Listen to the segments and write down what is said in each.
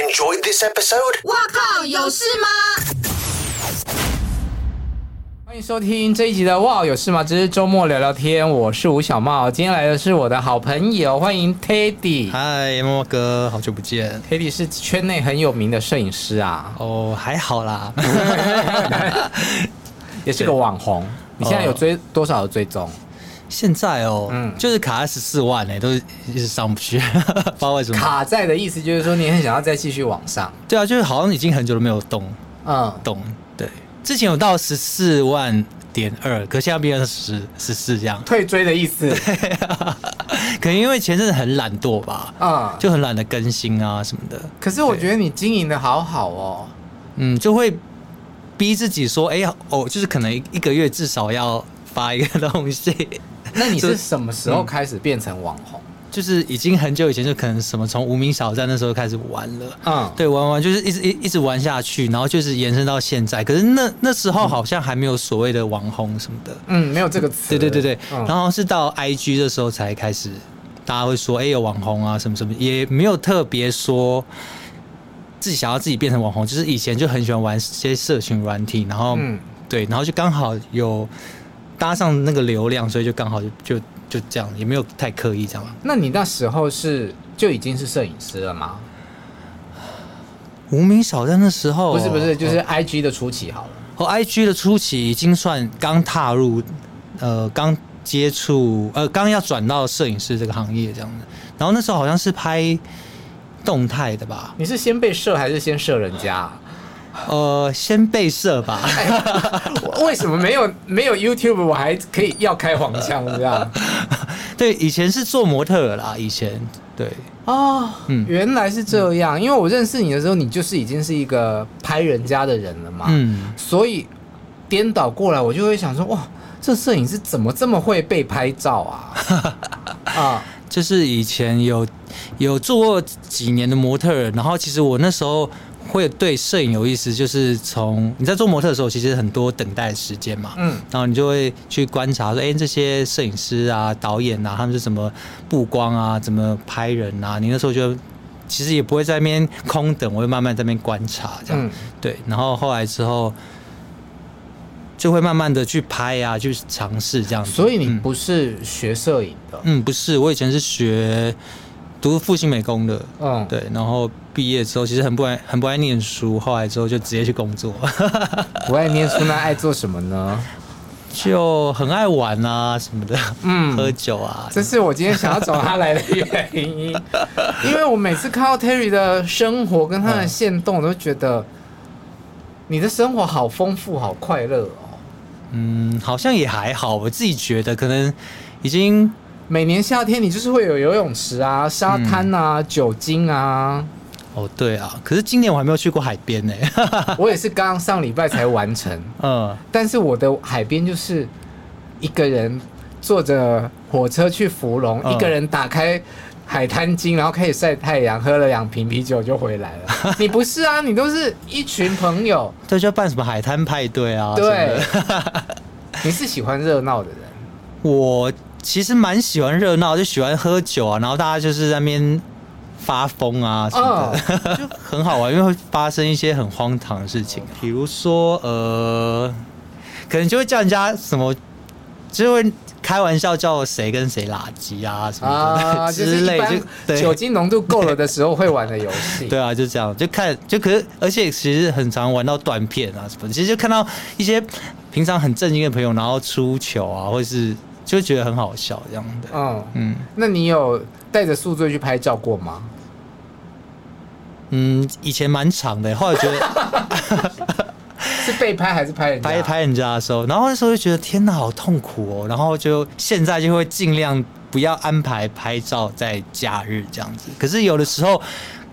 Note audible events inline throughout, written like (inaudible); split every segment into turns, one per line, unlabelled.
enjoyed this episode?
哇靠，有事吗？
欢迎收听这一集的《哇有事吗》，只是周末聊聊天。我是吴小茂，今天来的是我的好朋友，欢迎 Teddy。
嗨，默默哥，好久不见。
Teddy 是圈内很有名的摄影师啊，
哦，还好啦。
也是个网红。你现在有追多少的追踪？
现在哦，
嗯
就是卡在十四万哎、都一直上不去， (laughs) 不知道为什么。
卡在的意思就是说你很想要再继续往上。
对啊，就是好像已经很久都没有动
嗯，
动。对，之前有到十四万点二，可现在变成十十四这样。 (laughs)
退追的意思。
可能因为前阵子很懒惰吧，
嗯，
就很懒得更新啊什么的。
可是我觉得你经营的好好哦。
嗯，就会逼自己说，哎、呀，哦，就是可能一一个月至少要发一个东西。
那
(laughs)
你是什么时候开始变成网红？
就是已经很久以前，就可能什么从无名小站那时候开始玩了，
嗯
对，玩玩就是一直一一直玩下去，然后就是延伸到现在。可是那那时候好像还没有所谓的网红什么的，
嗯，没有这个词。
对对对对。
嗯
然后是到 IG 的时候才开始，大家会说，哎、有网红啊，什么什么，也没有特别说自己想要自己变成网红，就是以前就很喜欢玩一些社群软体，然后、
嗯
对，然后就刚好有搭上那个流量，所以就刚好就就就这样，也没有太刻意这样。
那你那时候是就已经是摄影师了吗？
无名小站的时候，哦
不是不是，就是 I G 的初期好了。
和 IG 的初期已经算刚踏入，呃，刚接触，呃，刚要转到摄影师这个行业这样子。然后那时候好像是拍动态的吧，
你是先被射还是先射人家啊？ (laughs)
呃，先被摄吧。
我为什么没有没有 YouTube 我还可以要开黄腔这样？
对，以前是做模特儿啦，以前对，
哦，
嗯
原来是这样。嗯因为我认识你的时候，你就是已经是一个拍人家的人了嘛，
嗯，
所以颠倒过来，我就会想说，哇，这摄影师怎么这么会被拍照啊？啊，
就是以前有有做过几年的模特儿，然后其实我那时候。会对摄影有意思，就是从你在做模特的时候，其实很多等待的时间嘛，
嗯
然后你就会去观察说，哎、这些摄影师啊、导演啊，他们是怎么布光啊、怎么拍人啊？你那时候就其实也不会在那边空等，我会慢慢在那边观察这样。
嗯
对，然后后来之后就会慢慢的去拍啊，去尝试这样子。
所以你
嗯
不是学摄影的，
嗯不是，我以前是学读复兴美工的。
嗯，
对，然后毕业之后其实很不爱很不爱念书，后来之后就直接去工作， (laughs)
不爱念书那爱做什么呢？
就很爱玩啊什么的，
嗯
喝酒啊，
这是我今天想要找他来的原因，因为我每次看到 Terry 的生活跟他的线动，我都觉得你的生活好丰富、好快乐哦。
嗯，好像也还好，我自己觉得可能已经
每年夏天你就是会有游泳池啊、沙滩啊、酒精啊。
哦，对啊，可是今年我还没有去过海边呢。
我也是刚上礼拜才完成，
嗯，
但是我的海边就是一个人坐着火车去芙蓉，
嗯
一个人打开海滩巾，然后开始晒太阳，喝了两瓶啤酒就回来
(laughs)
了。你不是啊，你都是一群朋友。
(laughs) 对，就要办什么海滩派对啊。
对
什么的 (laughs)
你是喜欢热闹的人，
我其实蛮喜欢热闹，就喜欢喝酒啊，然后大家就是在那边发疯啊什么的， (laughs) 就很好玩，因为会发生一些很荒唐的事情， (laughs) 比如说呃，可能就会叫人家什么，就会开玩笑叫谁跟谁垃圾啊什么的、
啊，就
(laughs) 之
是一
类，
般
对
酒精浓度够了的时候会玩的游戏。
(laughs) 对，啊，就这样，就看就可是，而且其实很常玩到断片啊什么的，其实就看到一些平常很正经的朋友，然后出糗啊，或是就觉得很好笑这样的。
嗯，
嗯
那你有带着宿醉去拍照过吗？
嗯，以前蛮长的，后来觉得
是被拍还是拍人家？
拍拍人家的时候，然后那时候就觉得天哪，好痛苦哦。然后就现在就会尽量不要安排拍照在假日这样子。可是有的时候，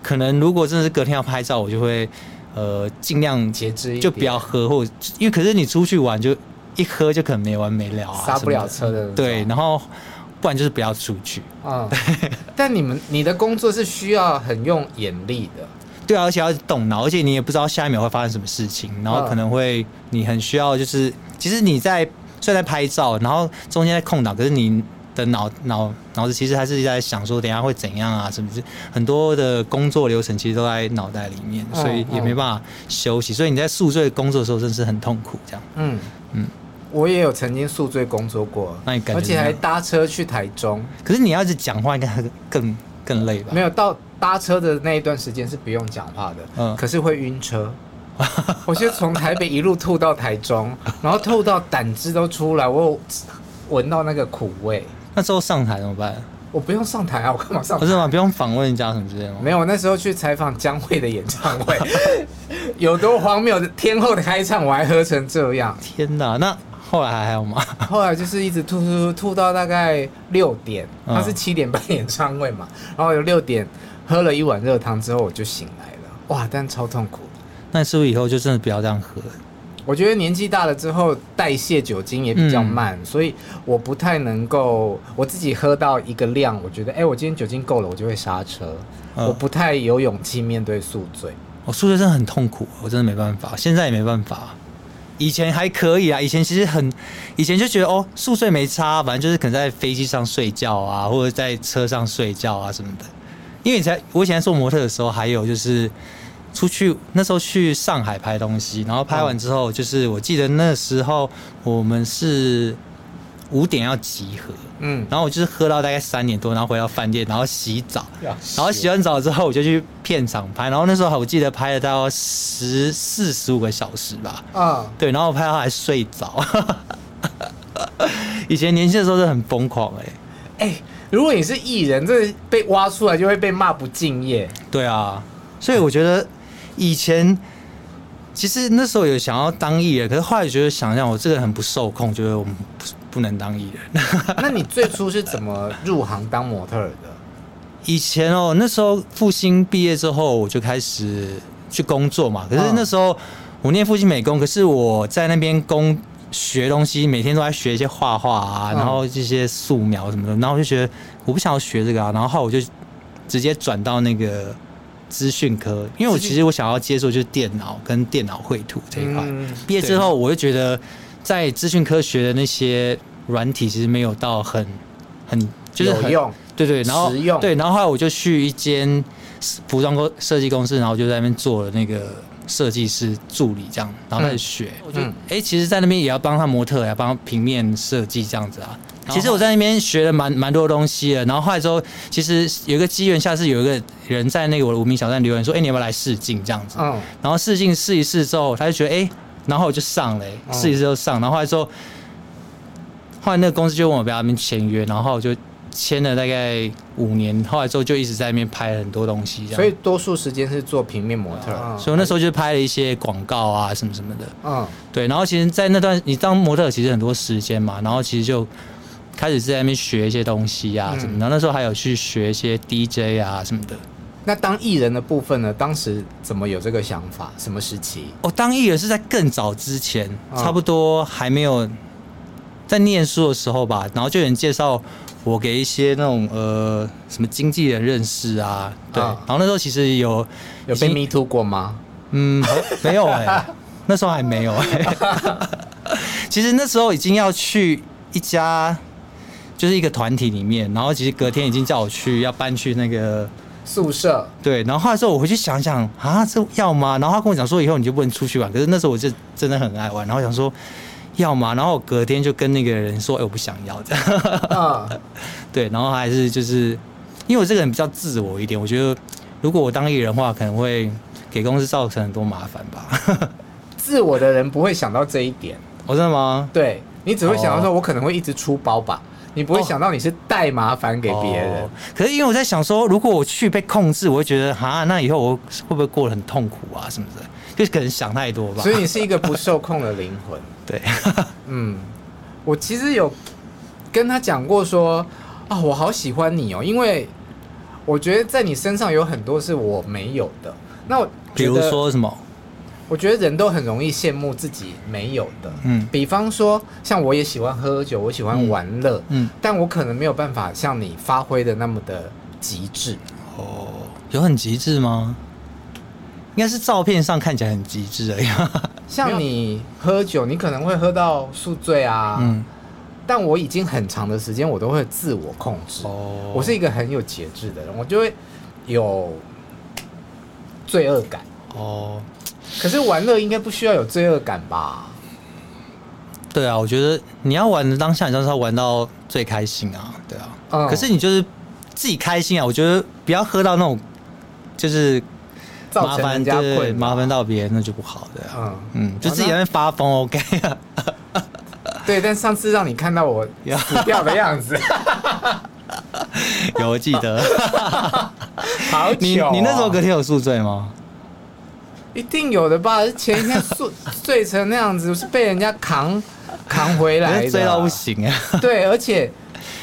可能如果真的是隔天要拍照，我就会呃尽量
节制一点
就不要喝，或者因为可是你出去玩就一喝就可能没完没了啊，
刹不了
什
车
么
的那种。
的。对，然后不然就是不要出去。
嗯，但你们你的工作是需要很用眼力的。
对啊，而且要动脑，而且你也不知道下一秒会发生什么事情，然后可能会你很需要就是，其实你在虽然在拍照，然后中间在空档，可是你的脑脑脑子其实还是一直在想说，等一下会怎样啊，什么之很多的工作流程其实都在脑袋里面，
嗯
所以也没办法休息。所以你在宿醉工作的时候，真是很痛苦。这样，
嗯嗯
嗯，
我也有曾经宿醉工作过，
那你感觉
而且
怎么
还
样
搭车去台中，
可是你要是讲话，应该更更累吧
没？有到搭车的那一段时间是不用讲话的，
嗯
可是会晕
(laughs)
车。我就从台北一路吐到台中，然后吐到胆汁都出来，我有闻到那个苦味。
那之后上台怎么办？
我不用上台啊，我干嘛上
不
台？
是吗？不用访问人家什么之类的吗？
没有，我那时候去采访江蕙的演唱会， (laughs) 有多荒谬！天后的开唱我还喝成这样，
天哪，那后来还好吗？
后来就是一直吐吐吐吐到大概六点，
嗯
他是七点半演唱会嘛， (laughs) 然后有六点喝了一碗热汤之后我就醒来了，哇，但超痛苦。
那你是不是以后就真的不要这样喝？
我觉得年纪大了之后，代谢酒精也比较慢，
嗯
所以我不太能够我自己喝到一个量，我觉得哎、我今天酒精够了，我就会刹车。
嗯
我不太有勇气面对宿醉。
我宿醉哦真的很痛苦，我真的没办法，现在也没办法。以前还可以啊，以前其实很，以前就觉得哦，宿醉没差，反正就是可能在飞机上睡觉啊，或者在车上睡觉啊什么的。因为以前我以前在做模特的时候，还有就是出去那时候去上海拍东西，然后拍完之后，就是我记得那时候我们是五点要集合，
嗯，
然后我就是喝到大概三点多，然后回到饭店，然后洗澡，
然
然后洗完澡之后，我就去片场拍。然后那时候我记得拍了大概十四十五个小时吧，
啊、
对。然后我拍到还睡着。 (laughs) 以前年轻的时候是很疯狂哎、
哎、如果你是艺人，这被挖出来就会被骂不敬
(laughs)
业。
对啊。所以我觉得以前其实那时候有想要当艺人，可是后来觉得想想我这个人很不受控，觉得我们不不能当艺人。
那你最初是怎么入行当模特儿的？
以前哦，那时候复兴毕业之后，我就开始去工作嘛。可是
嗯
那时候我念复兴美工，可是我在那边工学东西，每天都在学一些画画啊，
嗯
然后这些素描什么的。然后我就觉得我不想要学这个啊，然后后来我就直接转到那个资讯科，因为我其实我想要接触就是电脑跟电脑绘图这一块。
嗯
毕业之
对
后，我就觉得在资讯科学的那些软体其实没有到很很就是
有
很
用。
对对，然后
实用
对，然后后来我就去一间服装公设计公司，然后就在那边做了那个设计师助理这样，然后开始学。我就
嗯
哎、其实，在那边也要帮他模特，也要帮他平面设计这样子啊。其实我在那边学了蛮蛮多东西的，然后后来之后，其实有一个机缘下是有一个人在那个我的无名小站留言说，哎、你要不要来试镜这样子？
嗯，
然后试镜试一试之后，他就觉得哎、诶然后我就上了、诶
嗯
试一试就上，然后后来之后，后来那个公司就问我不要在那边签约，然后我就签了大概五年，后来之后就一直在那边拍很多东西，这样。
所以嗯多数时间是做平面模特儿。
所以我那时候就拍了一些广告啊什么什么的，
嗯，
对。然后其实，在那段你当模特其实很多时间嘛，然后其实就开始在那边学一些东西啊
嗯
什么的，然后那时候还有去学一些 DJ 啊什么的。
那当艺人的部分呢？当时怎么有这个想法？什么时期？
我、哦当艺人是在更早之前，
嗯
差不多还没有在念书的时候吧，然后就有人介绍我给一些那种呃什么经纪人认识啊，对，
嗯
然后那时候其实有
有
已
被
经
me too 过吗？
嗯还没有哎、那时候还没有哎、 (laughs) 其实那时候已经要去一家就是一个团体里面，然后其实隔天已经叫我去要搬去那个
宿 (laughs) 舍
对，然后后来之后我回去想想啊，这要吗？然后他跟我讲说以后你就不能出去玩，可是那时候我就真的很爱玩，然后想说要吗？然后我隔天就跟那个人说，哎、我不想要这样。 (laughs)
啊，
对，然后还是就是因为我这个人比较自我一点，我觉得如果我当艺人的话，可能会给公司造成很多麻烦吧。 (laughs)
自我的人不会想到这一点，
哦，真的吗？
对你只会想到说，
哦
我可能会一直出包吧，你不会
哦
想到你是带麻烦给别人
哦。可是因为我在想说，如果我去被控制，我会觉得哈，那以后我会不会过得很痛苦啊什么的？就是可能想太多吧。
所以你是一个不受控的灵魂。
对，
嗯，我其实有跟他讲过说，啊，我好喜欢你哦，因为我觉得在你身上有很多是我没有的。那我
比
觉得
如说什么？
我觉得人都很容易羡慕自己没有的，
嗯
比方说像我也喜欢喝酒，我喜欢玩乐，
嗯。
但我可能没有办法像你发挥的那么的极致。
哦，有很极致吗？应该是照片上看起来很极致而已。
像你喝酒，你可能会喝到宿醉啊，
嗯，
但我已经很长的时间我都会自我控制。
(laughs) 哦
我是一个很有节制的人，我就会有罪恶感。
哦，
可是玩乐应该不需要有罪恶感吧？
对啊，我觉得你要玩的当下，你就是要玩到最开心啊，对啊。
嗯
可是你就是自己开心啊，我觉得不要喝到那种就是
造
麻
成
烦
人家
对
困扰
麻烦到别人，那就不好的、啊。
嗯
嗯，就自己在那边发疯，OK (laughs) 啊。
对，但上次让你看到我死掉的样
(laughs)
子，
有我记 (laughs) 得，
好糗哦
你你那时候隔天有宿醉吗？
一定有的吧？前一天醉醉成那样子，是被人家扛扛回来
(laughs)
的，
你是醉到不。行啊！
对，而且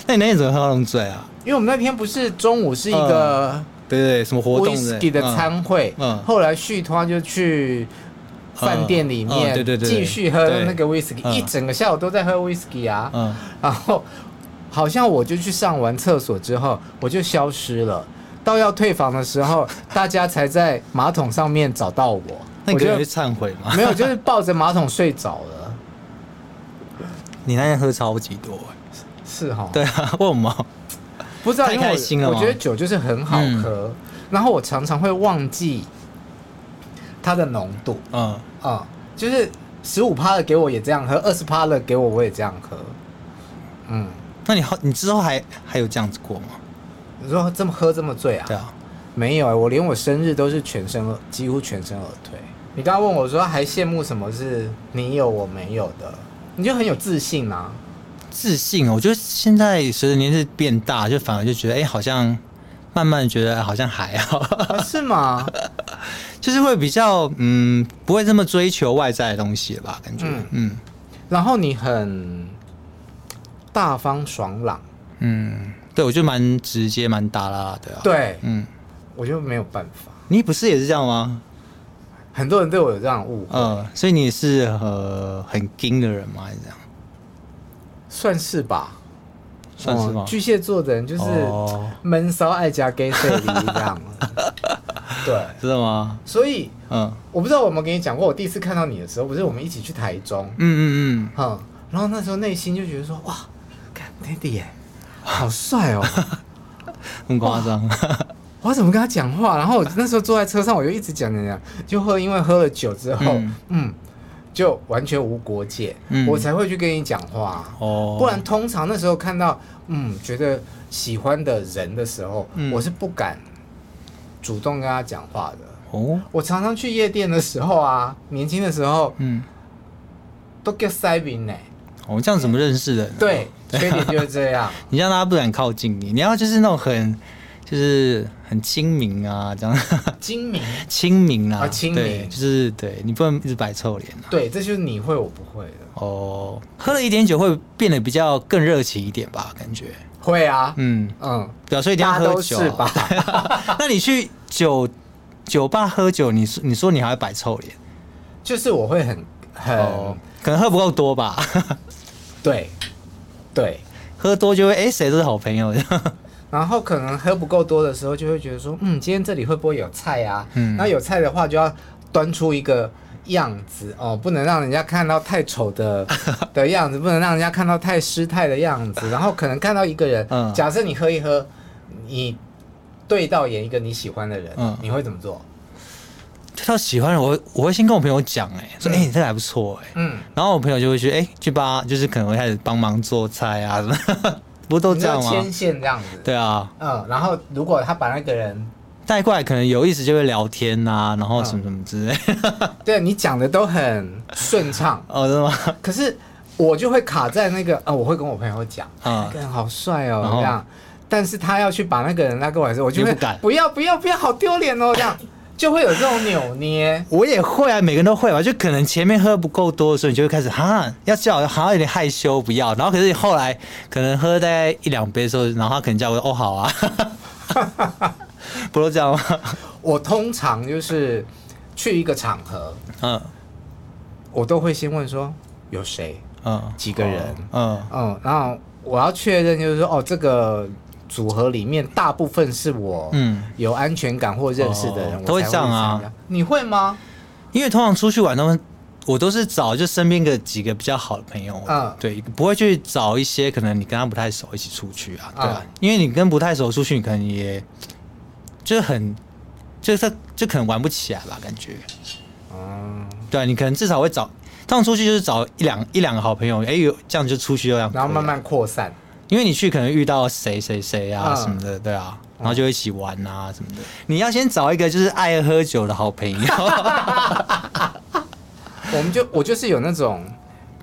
那你那天怎么喝到那么醉啊？
因为我们那天不是中午是一个
对对，什么活动
whisky 的餐会，
嗯嗯
后来续团就去。饭店里面、
嗯嗯对对对
继续喝那个
对
whisky，、
嗯
一整个下午都在喝 whisky 啊。
嗯，
然后好像我就去上完厕所之后，我就消失了。到要退房的时候，大家才在马桶上面找到我。
那你
我
可
就
以去忏悔吗？
没有，就是抱着马桶睡着了。
你那天喝超级多欸，
是哈，
对，啊，为什么？
不知道，
太
因为
开心了嗯
我
吗
我觉得酒就是很好喝，然后我常常会忘记它的浓度
嗯，
啊、就是十五趴的给我也这样喝，二十趴的给我我也这样喝。嗯，
那你后你之后还还有这样子过吗？
你说这么喝这么醉啊？
对啊，
没有、欸，我连我生日都是全身而，几乎全身而退。你刚刚问我说还羡慕什么是你有我没有的，你就很有自信啊。
自信哦，我觉得现在随着年纪变大，就反而就觉得哎、好像慢慢觉得好像还好， (laughs)
啊是吗？
就是会比较嗯，不会这么追求外在的东西了吧？感觉
嗯
嗯
然后你很大方爽朗，
嗯，对我就蛮直接蛮大啦啦的啊。，
对
嗯，
我就没有办法。
你不是也是这样吗？
很多人对我有这样的误会，
嗯，所以你也是呃很硬的人吗？还是这样？
算是吧？
算是吗
嗯？巨蟹座的人就是
哦
闷骚爱加 gay
(laughs)
睡离这样。对，
真的吗？
所以
嗯
我不知道我有没有跟你讲过，我第一次看到你的时候，不是我们一起去台中，
嗯嗯
嗯，然后那时候内心就觉得说，哇，看 Daddy 耶，好帅哦，
嗯，很夸张。
我要怎么跟他讲话？然后我那时候坐在车上，我就一直讲讲讲，就喝，因为喝了酒之后，嗯
嗯
就完全无国界，
嗯
我才会去跟你讲话。啊
哦，
不然通常那时候看到，嗯，觉得喜欢的人的时候，
嗯
我是不敢主动跟他讲话的。
哦，
我常常去夜店的时候啊， (laughs) 年轻的时候
嗯，
都叫塞宾呢，
哦，这样怎么认识的？
对，
哦
缺点就是这
(laughs)
样。
你让大家不敢靠近你，你要就是那种很，就是很亲民啊，这样 (laughs)
精明，
亲民啊，
啊亲民
对就是对你不能一直摆臭脸啊。
对，这就是你会我不会的。
哦，喝了一点酒会变得比较更热情一点吧，感觉。
会啊，
嗯，
嗯，
对啊，所以一定要
大家
喝
都
酒
是吧
啊。？ (laughs) 那你去酒酒吧喝酒，你说你说你还会摆臭脸？
就是我会很很、
哦，可能喝不够多吧， (laughs)
对对，
喝多就会哎，谁、都是好朋友。
然后可能喝不够多的时候，就会觉得说，嗯，今天这里会不会有菜啊？
嗯
那有菜的话，就要端出一个样子哦，不能让人家看到太丑
(laughs)
的的样子，不能让人家看到太失态的样子。然后可能看到一个人，
嗯
假设你喝一喝，你对到眼一个你喜欢的人，
嗯
你会怎么做？
对到喜欢的我会，我会先跟我朋友讲，哎，说哎、你这个还不错，哎，
嗯，
然后我朋友就会去哎、去吧，就是可能会开始帮忙做菜啊，什么 (laughs) 不都
你
这样
就
吗
牵？线这样子。
对啊，
嗯，然后如果他把那个人
带过来可能有意思就会聊天呐、然后什么什么之类。，
对你讲的都很顺畅
(laughs) 哦，真的吗？
(laughs) 可是我就会卡在那个啊、我会跟我朋友讲，
嗯
那个人好帅哦
然后
这样，但是他要去把那个人拉过来的时候，我就会
你不敢
不要不要不要，好丢脸哦这样，就会有这种扭捏。
我也会啊，每个人都会吧。就可能前面喝不够多的时候，你就会开始哈，要叫，好像有点害羞，不要。然后可是后来可能喝大概一两杯的时候，然后他可能叫我哦好啊， (laughs) 不都这样吗？ (laughs)
我通常就是去一个场合，
嗯
我都会先问说有谁
嗯，
几个人，
嗯
嗯，然后我要确认就是说哦这个组合里面大部分是我
嗯
有安全感或认识的人，
哦
我
都会
才
这样啊
参加。你会吗？
因为通常出去玩，他们我都是找就身边的几个比较好的朋友，
嗯
对，不会去找一些可能你跟他不太熟一起出去啊，对啊，
嗯
因为你跟不太熟出去，你可能也就很就是就可能玩不起来吧，感觉，
嗯，
对啊、你可能至少会找。通常出去就是找一两一两个好朋友，哎、有这样就出去就这样，
然后慢，慢扩散。
因为你去可能遇到谁谁谁啊
嗯
什么的，对啊，
哦
然后就一起玩啊什么的。你要先找一个就是爱喝酒的好朋友，
我们就 (laughs) 我就是有那种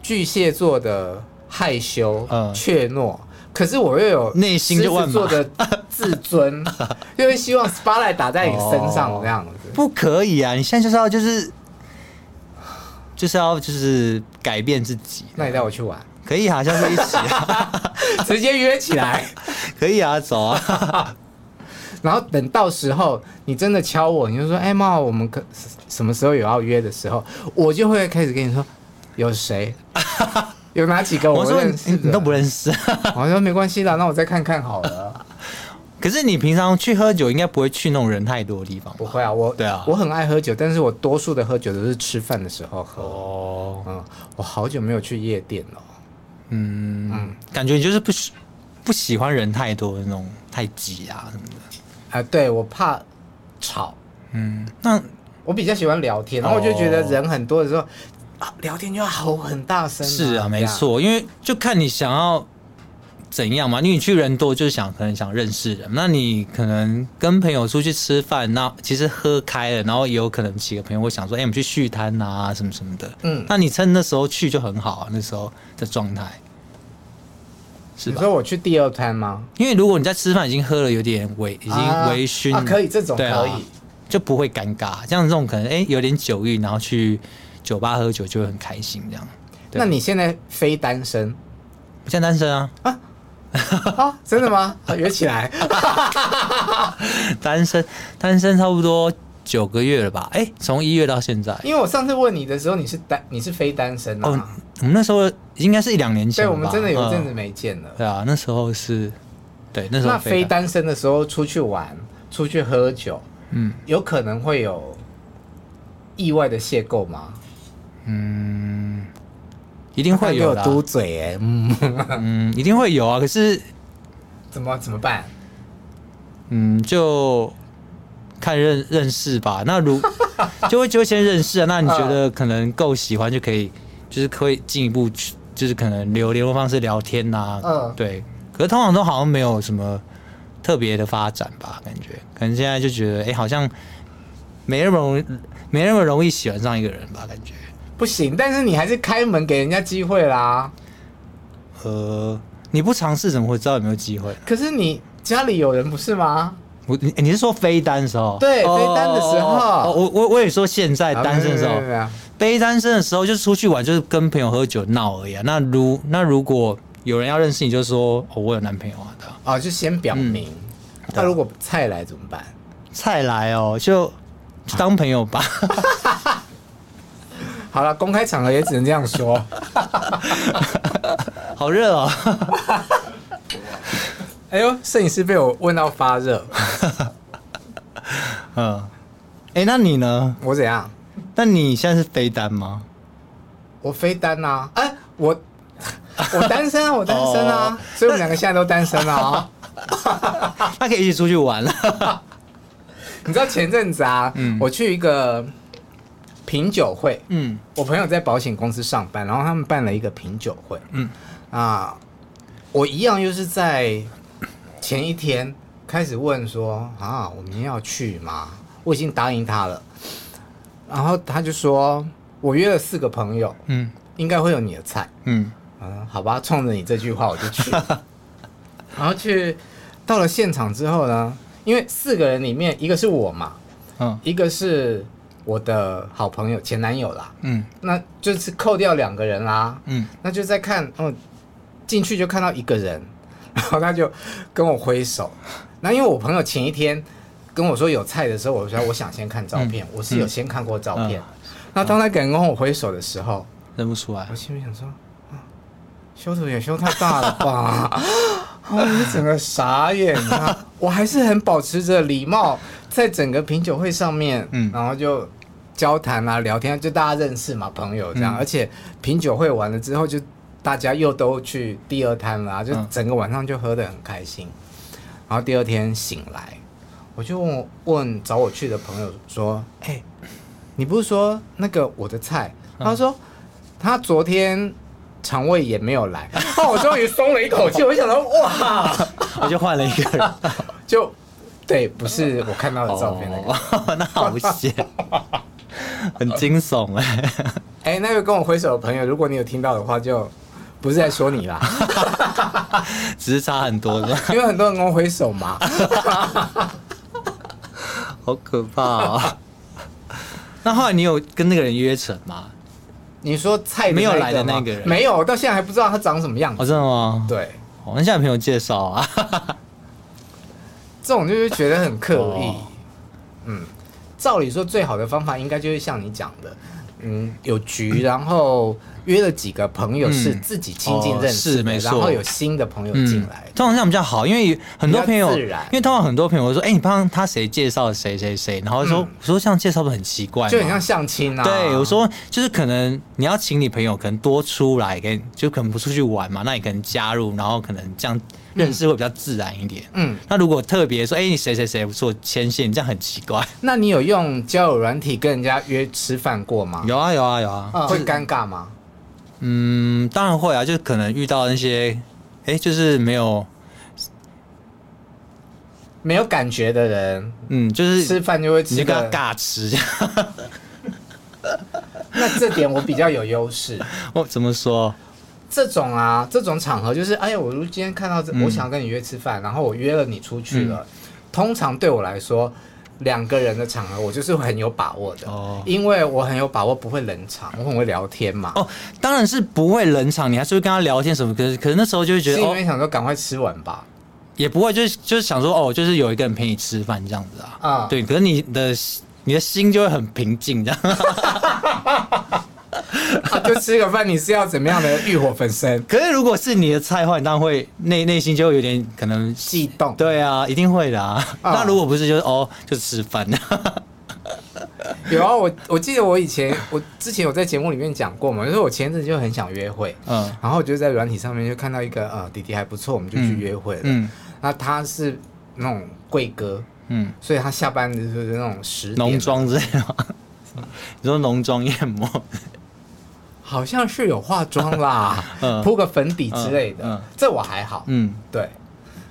巨蟹座的害羞、
嗯
怯懦，可是我又有
内心就万
狮
马
子座的自尊，
(laughs)
因为希望 spotlight 打在你身上
哦
这样子。
不可以啊！你现在就是要就是就是要就是改变自己，
那你带我去玩，
可以啊，下次一起 (laughs) 啊，
直接约起来， (laughs)
可以啊，走啊，
然后等到时候你真的敲我，你就说：“哎、妈，我们可什么时候有要约的时候？”我就会开始跟你说有谁，有哪几个
哦我说
认
你
识
你都不
认
认识，啊
我说没关系啦，那我再看看好了。
可是你平常去喝酒应该不会去那种人太多的地方
不
吧？
会啊，我
对啊
我很爱喝酒，但是我多数的喝酒都是吃饭的时候喝。
哦，
嗯，我好久没有去夜店了。
嗯感觉你就是不喜不喜欢人太多的那种太挤啊什么的，
啊、对，我怕吵，
嗯，那
我比较喜欢聊天，然后我就觉得
哦
人很多的时候，啊，聊天就要吼很大声、
是啊，
这
没
样。
错，因为就看你想要怎样嘛。因为你去人多，就是想可能想认识人。那你可能跟朋友出去吃饭，那其实喝开了，然后也有可能几个朋友会想说，哎、我们去续摊啊，什么什么的。
嗯
那你趁那时候去就很好、啊，那时候的状态是
你
吧？
说我去第二摊吗？
因为如果你在吃饭已经喝了有点微，已经
啊
微醺，
啊可以这种
对啊
可以
就不会尴尬。像这种可能哎、有点酒欲，然后去酒吧喝酒就会很开心这样。对
那你现在非单
(laughs)
身
我现在单身啊，
啊？真的吗？啊约起来
单身，单身差不多九个月了吧？哎、从一月到现在。
因为我上次问你的时候，你是单你是非单身
哦
啊？，
我们那时候应该是一两年
对，
前了
我
吧。
们真的有一阵子
嗯
没见了。
对啊，那时候是，对，那时候
那非单身的时候出去玩、出去喝酒，
嗯
有可能会有意外的邂逅吗？
嗯，一定会有
有
的啊、
嘟嘴哎、嗯， (laughs)
嗯，一定会有啊。可是，
怎么怎么办？
嗯，就看认认识吧。那
(laughs)
如就会就会先认识啊。那你觉得可能够喜欢就可以，就是可以进一步去，就是可能留联络方式聊天呐、
嗯
对。可是通常都好像没有什么特别的发展吧，感觉可能现在就觉得，哎、好像没那么容易，没那么容易喜欢上一个人吧，感觉。
不行，但是你还是开门给人家机会啦。
呃，你不尝试怎么会知道有没有机会？
可是你家里有人不是吗？
我你你是说飞单的时候？
对
哦
飞单的时候
哦哦我我我也说现在哎单身的时
啊
候
没有，没有没有没有
非单身的时候就是出去玩，就是跟朋友喝酒闹而已啊。那如那如果有人要认识你，就说哦，我有男朋友啊的。
哦，就先表明。那、
嗯对
如果菜来怎么办？
菜来哦，就就当朋友吧。
好了，公开场合也只能这样说。
(laughs)
(laughs)
好热哦，
哎呦，摄影师被我问到发热，
嗯， (laughs) 哎、那你呢？
我怎样？
那你现在是非单吗？
我非单呐、啊，哎、
(laughs)
我我单身啊，我单身
哦
啊，所以我们两个现在都单身
(laughs)
啊。
啊那可以一起出去玩了。
你知道前阵子啊，
嗯
我去一个品酒会，
嗯
我朋友在保险公司上班，然后他们办了一个品酒会，
嗯
啊，我一样又是在前一天开始问说啊，我明天要去吗？我已经答应他了，然后他就说我约了四个朋友，
嗯
应该会有你的菜。
嗯，
嗯，好吧，冲着你这句话我就去了，然后去到了现场之后呢，因为四个人里面一个是我嘛，
嗯
一个是我的好朋友前男友啦，
嗯
那就是扣掉两个人啦，
嗯，
那就再看，嗯，进去就看到一个人，然后他就跟我挥手，那因为我朋友前一天跟我说有菜的时候，我说我想先看照片，我是有先看过照片，那当他敢跟我挥手的时候。
认不出来
我。心里想说，啊，修图也修太大了
(laughs)
吧？啊我就整个傻眼啊！我还是很保持着礼貌，在整个品酒会上面，
嗯
然后就交谈啊、聊天啊，就大家认识嘛，朋友这样。
嗯
而且品酒会完了之后，就大家又都去第二摊啦、就
嗯
整个晚上就喝得很开心。然后第二天醒来，我就问问找我去的朋友说：“哎、你不是说那个我的菜？”
嗯
他说：“他昨天肠胃也没有
(laughs)
来。”哦，我终于松了一口气，我就想到哇，
(laughs) 我就换了一个人，
就对，不是我看到的照片那个。
(laughs) 哦，那 (laughs) 好险，很惊悚哎、
哎、那个跟我挥手的朋友，如果你有听到的话，就不是在说你啦，
(laughs) (laughs) 只是差很多的，
因为很多人跟我挥手嘛。
好可怕哦。 (laughs) 那后来你有跟那个人约成吗？
你说菜的
没有
一
来的
吗
那个人
没有，我到现在还不知道他长什么样
哦，
子。
真的吗？
对，
哦，那现在朋友介绍啊，
这种就是觉得很刻意。
哦
嗯，照理说最好的方法应该就是像你讲的，嗯，有局，然后约了几个朋友
嗯
是自己亲近认识
哦是
的，
没错
然后有新的朋友
(laughs)
进来。
通常这样比较好，因为很多朋友，
嗯比较自
因
然
为通常很多朋友会说，哎、你帮他谁介绍谁谁谁，然后说、我说这样介绍不是很奇怪
嗯
吗？
就很像相亲啊！
嗯对，我说就是可能你要请你朋友，可能多出来跟就可能不出去玩嘛，那你可能加入，然后可能这样认识会比较自然一点。
嗯，
那如果特别说，哎、你谁谁谁不错牵线，这样很奇怪。
那你有用交友软体跟人家约吃饭过吗？
(laughs) 有啊有啊有啊，
会尴尬吗？
嗯，当然会啊，就可能遇到那些，哎、就是没有，
没有感觉的人
嗯，就是
吃饭就会
你
吃
就跟他
的，
尬吃这样。
(laughs) 那这点我比较有优势。
我怎么说？
这种啊，这种场合就是，哎呀，我如今天看到这，
嗯
我想跟你约吃饭，然后我约了你出去了。通常对我来说，两个人的场合我就是很有把握的，
哦
因为我很有把握不会冷场，我很会聊天嘛。
哦，当然是不会冷场，你还是会跟他聊天什么。可是可是那时候就会觉
是
得，
因
哦，
为想说赶快吃完吧，
也不会，就是就是想说，哦，就是有一个人陪你吃饭这样子啊。
啊
对，可是你的你的心就会很平静
(laughs)
这样。
啊就吃个饭，你是要怎么样的欲火焚
(laughs)？
身
可是如果是你的菜的话，你当然会内内心就会有点可能。
悸动，
对啊，一定会的啊。
啊
那如果不是，就是哦，就吃
(laughs)
饭。
有啊，我我记得我以前我之前有在节目里面讲过嘛，就是我前阵子就很想约会，
嗯
然后我就在软体上面就看到一个呃弟弟还不错，我们就去
嗯
约会了。
嗯
那他是那种贵哥，
嗯，
所以他下班就是那种十点
浓，妆之类的
(laughs)
吗。你说浓妆艳抹，
好像是有化妆啦
(laughs) 嗯，
铺个粉底之类的，
嗯嗯
这我还好。
嗯，
对，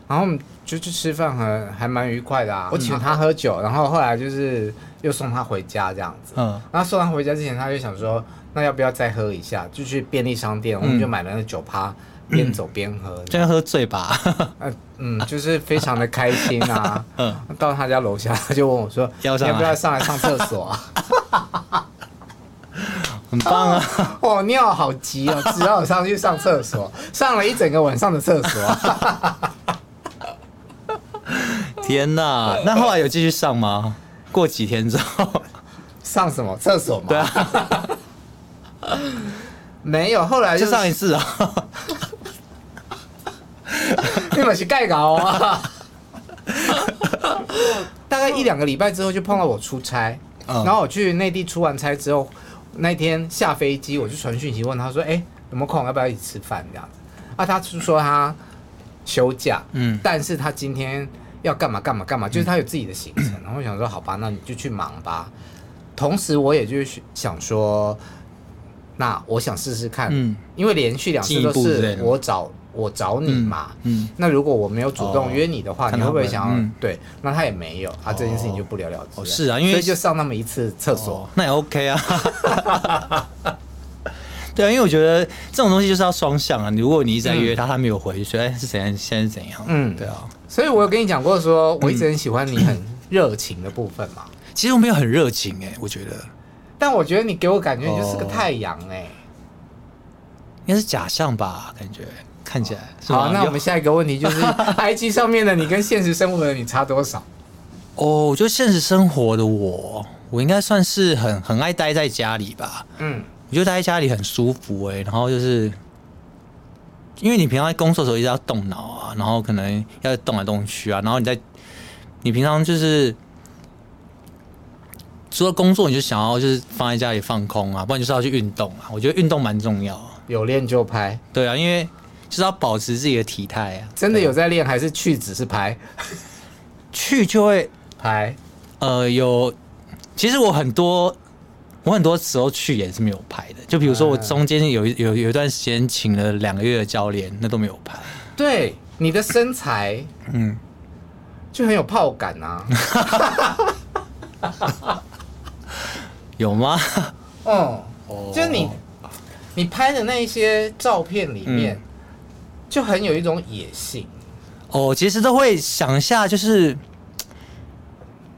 然后我们就去吃饭很还蛮愉快的啊。我请他喝酒，然后后来就是又送他回家这样子。
嗯
然后送他回家之前，他就想说，那要不要再喝一下？就去便利商
嗯
店，我们就买了那酒趴，边走边喝。
就要喝醉吧？
呃，嗯，就是非常的开心啊。
(laughs) 嗯，
到他家楼下，他就问我说：“
要上来
要不要上来上厕所啊
很棒啊！？”
哦，尿好急哦， (laughs) 只好上去上厕所，上了一整个晚上的厕所啊。
(laughs) 天哪！那后来有继续上吗？过几天之后，
上什么厕所嘛？
对啊，
(laughs) 没有，后来
就
就
上一
是
次啊。
(laughs) 你们是盖稿啊。
(laughs)
大概一两个礼拜之后，就碰到我出差，
嗯
然后我去内地出完差之后，那天下飞机我就传讯息问他说：“哎、有没有空？要不要一起吃饭？”这样子。啊，他是说他休假，
嗯
但是他今天要干嘛干嘛干嘛，就是他有自己的行程。
嗯
然后我想说，好吧，那你就去忙吧。同时，我也就是想说，那我想试试看，
嗯
因为连续两次
进一
都
步之类
是
的
我找我找你嘛，
嗯，
那如果我没有主
哦
动约你的话，
看
你
他
会不会
们
想要、
嗯
对？那他也没有，啊，这件事情就不了了之了、
哦是啊因为
所以就上那么一次厕所
哦，，那也 OK 啊。 (laughs) 对啊，因为我觉得这种东西就是要双向啊。如果你一直在约他，他没有回，就觉得哎是怎样，现在是怎样？
嗯
对啊。
所以我有跟你讲过
嗯
说，我一直很喜欢你很热情的部分嘛。
其实我没有很热情哎、我觉得
但我觉得你给我感觉你就是个
哦
太阳哎、
应该是假象吧，感觉看起来。是吗
好，那我们
有
下一个问题就是
(laughs)
，IG 上面的你跟现实生活的你差多少？
哦，我觉得现实生活的我，我应该算是很很爱待在家里吧。
嗯，
我觉得待在家里很舒服哎、然后就是因为你平常在工作的时候一直要动脑啊，然后可能要动来动去啊，然后你在你平常就是除了工作，你就想要就是放在家里放空啊，不然就是要去运动啊。我觉得运动蛮重要啊，
有练就拍，
对啊，因为就是要保持自己的体态啊。
真的有在练还是去只是拍
去就会
拍？
呃有，其实我很多我很多时候去也是没有拍的，就比如说我
啊
中间有一有有一段时间请了两个月的教练，那都没有拍。
对，你的身材
嗯，
就很有泡感啊。
有吗？
嗯，
哦
就是你你拍的那一些照片里面，
嗯
就很有一种野性。
哦，其实都会想一下，就是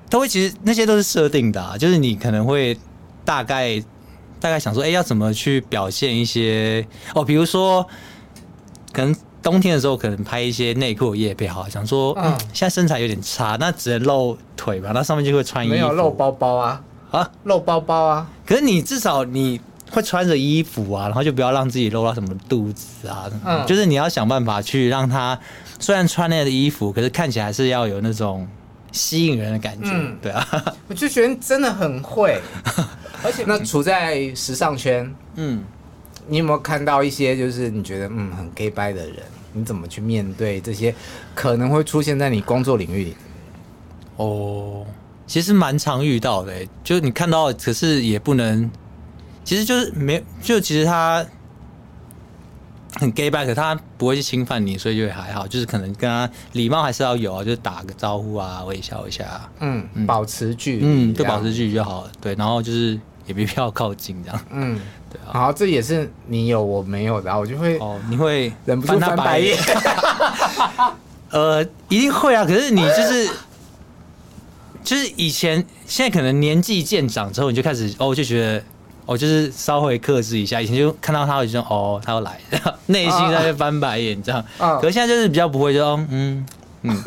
都会其实那些都是设定的、啊，就是你可能会大概大概想说，哎、要怎么去表现一些哦，比如说可能。冬天的时候，可能拍一些内裤的夜配，好想说，嗯
嗯，
现在身材有点差，那只能露腿吧，那上面就会穿衣服，
没有露包包啊，
啊。
露包包啊，
可是你至少你会穿着衣服啊，然后就不要让自己露到什么肚子啊，什么的
嗯
就是你要想办法去让它虽然穿那样的衣服，可是看起来还是要有那种吸引人的感觉，
嗯
对啊， (laughs)
我就觉得你真的很 (laughs) 会。而且那处在时尚圈，
嗯，
你有没有看到一些就是你觉得嗯很 gay 掰的人？你怎么去面对这些可能会出现在你工作领域里？
哦，其实蛮常遇到的欸、就是你看到，可是也不能，其实就是没，就其实他很 gay back，他不会去侵犯你，所以就还好，就是可能跟他礼貌还是要有啊，就是打个招呼啊，微笑一下、啊。
嗯，保持距离，
嗯，
这
就
样
保持距离就好了。对，然后就是也没必要靠
(laughs)
近这样。
嗯，
对啊
好，这也是你有我没有的、啊，我就会
哦，你会
忍不住
他
翻白眼。。
(laughs) 呃，一定会啊。可是你就是就是以前，现在可能年纪渐长之后，你就开始哦，就觉得哦，就是稍微克制一下。以前就看到他，我就说哦，他要来， (laughs) 内心在那边翻白眼这样。
啊
可是现在就是比较不会，就说嗯嗯，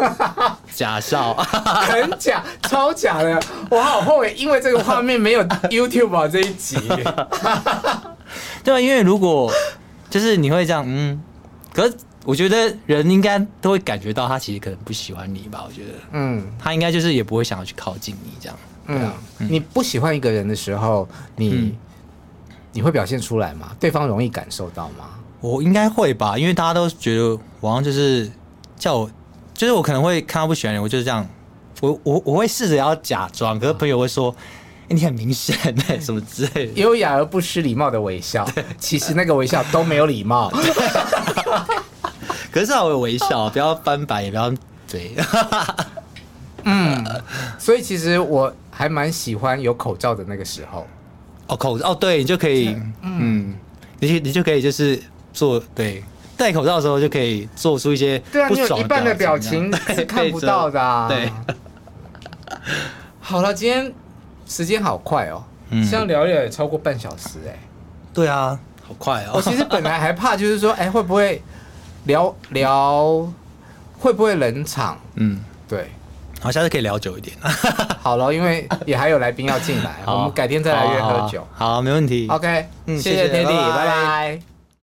假笑。
很假，超假的，我好后悔，因为这个画面没有 YouTube 啊这一集。
对啊，因为如果 (laughs) 就是你会这样，嗯，可是我觉得人应该都会感觉到他其实可能不喜欢你吧，我觉得
嗯
他应该就是也不会想要去靠近你这样。
嗯，你不喜欢一个人的时候，你你会表现出来吗？对方容易感受到吗？
我应该会吧，因为大家都觉得我好像就是叫我，就是我可能会看到不喜欢人，我就是这样，我我我会试着要假装，可是朋友会说。欸你很明显、欸，什么之类的，
优雅而不失礼貌的微笑，其实那个微笑都没有礼貌。
可是稍微微笑，不要翻白，也不要嘴。
嗯所以其实我还蛮喜欢有口罩的那个时候。
哦，口罩哦，对你就可以，嗯，你就你就可以就是做对戴口罩的时候就可以做出一些
对啊，
不
你有
爽
一半的表情
情啊这样 (laughs)
是看不到的、啊。
对，
(laughs) 好了，今天时间好快哦，
嗯
这样聊一聊也超过半小时
(laughs)
哎、
对啊，好快
我
哦，
其实本来还怕，就是说，哎、会不会聊聊，会不会冷场？
嗯，
对，
(laughs) 好，下次可以聊久一点，啊
好了，因为也还有来
(laughs)
宾要进来，我们改天再来约喝酒。
好啊，好啊好啊没问题，
OK，
嗯
谢
谢谢
天地，
拜
拜
拜
拜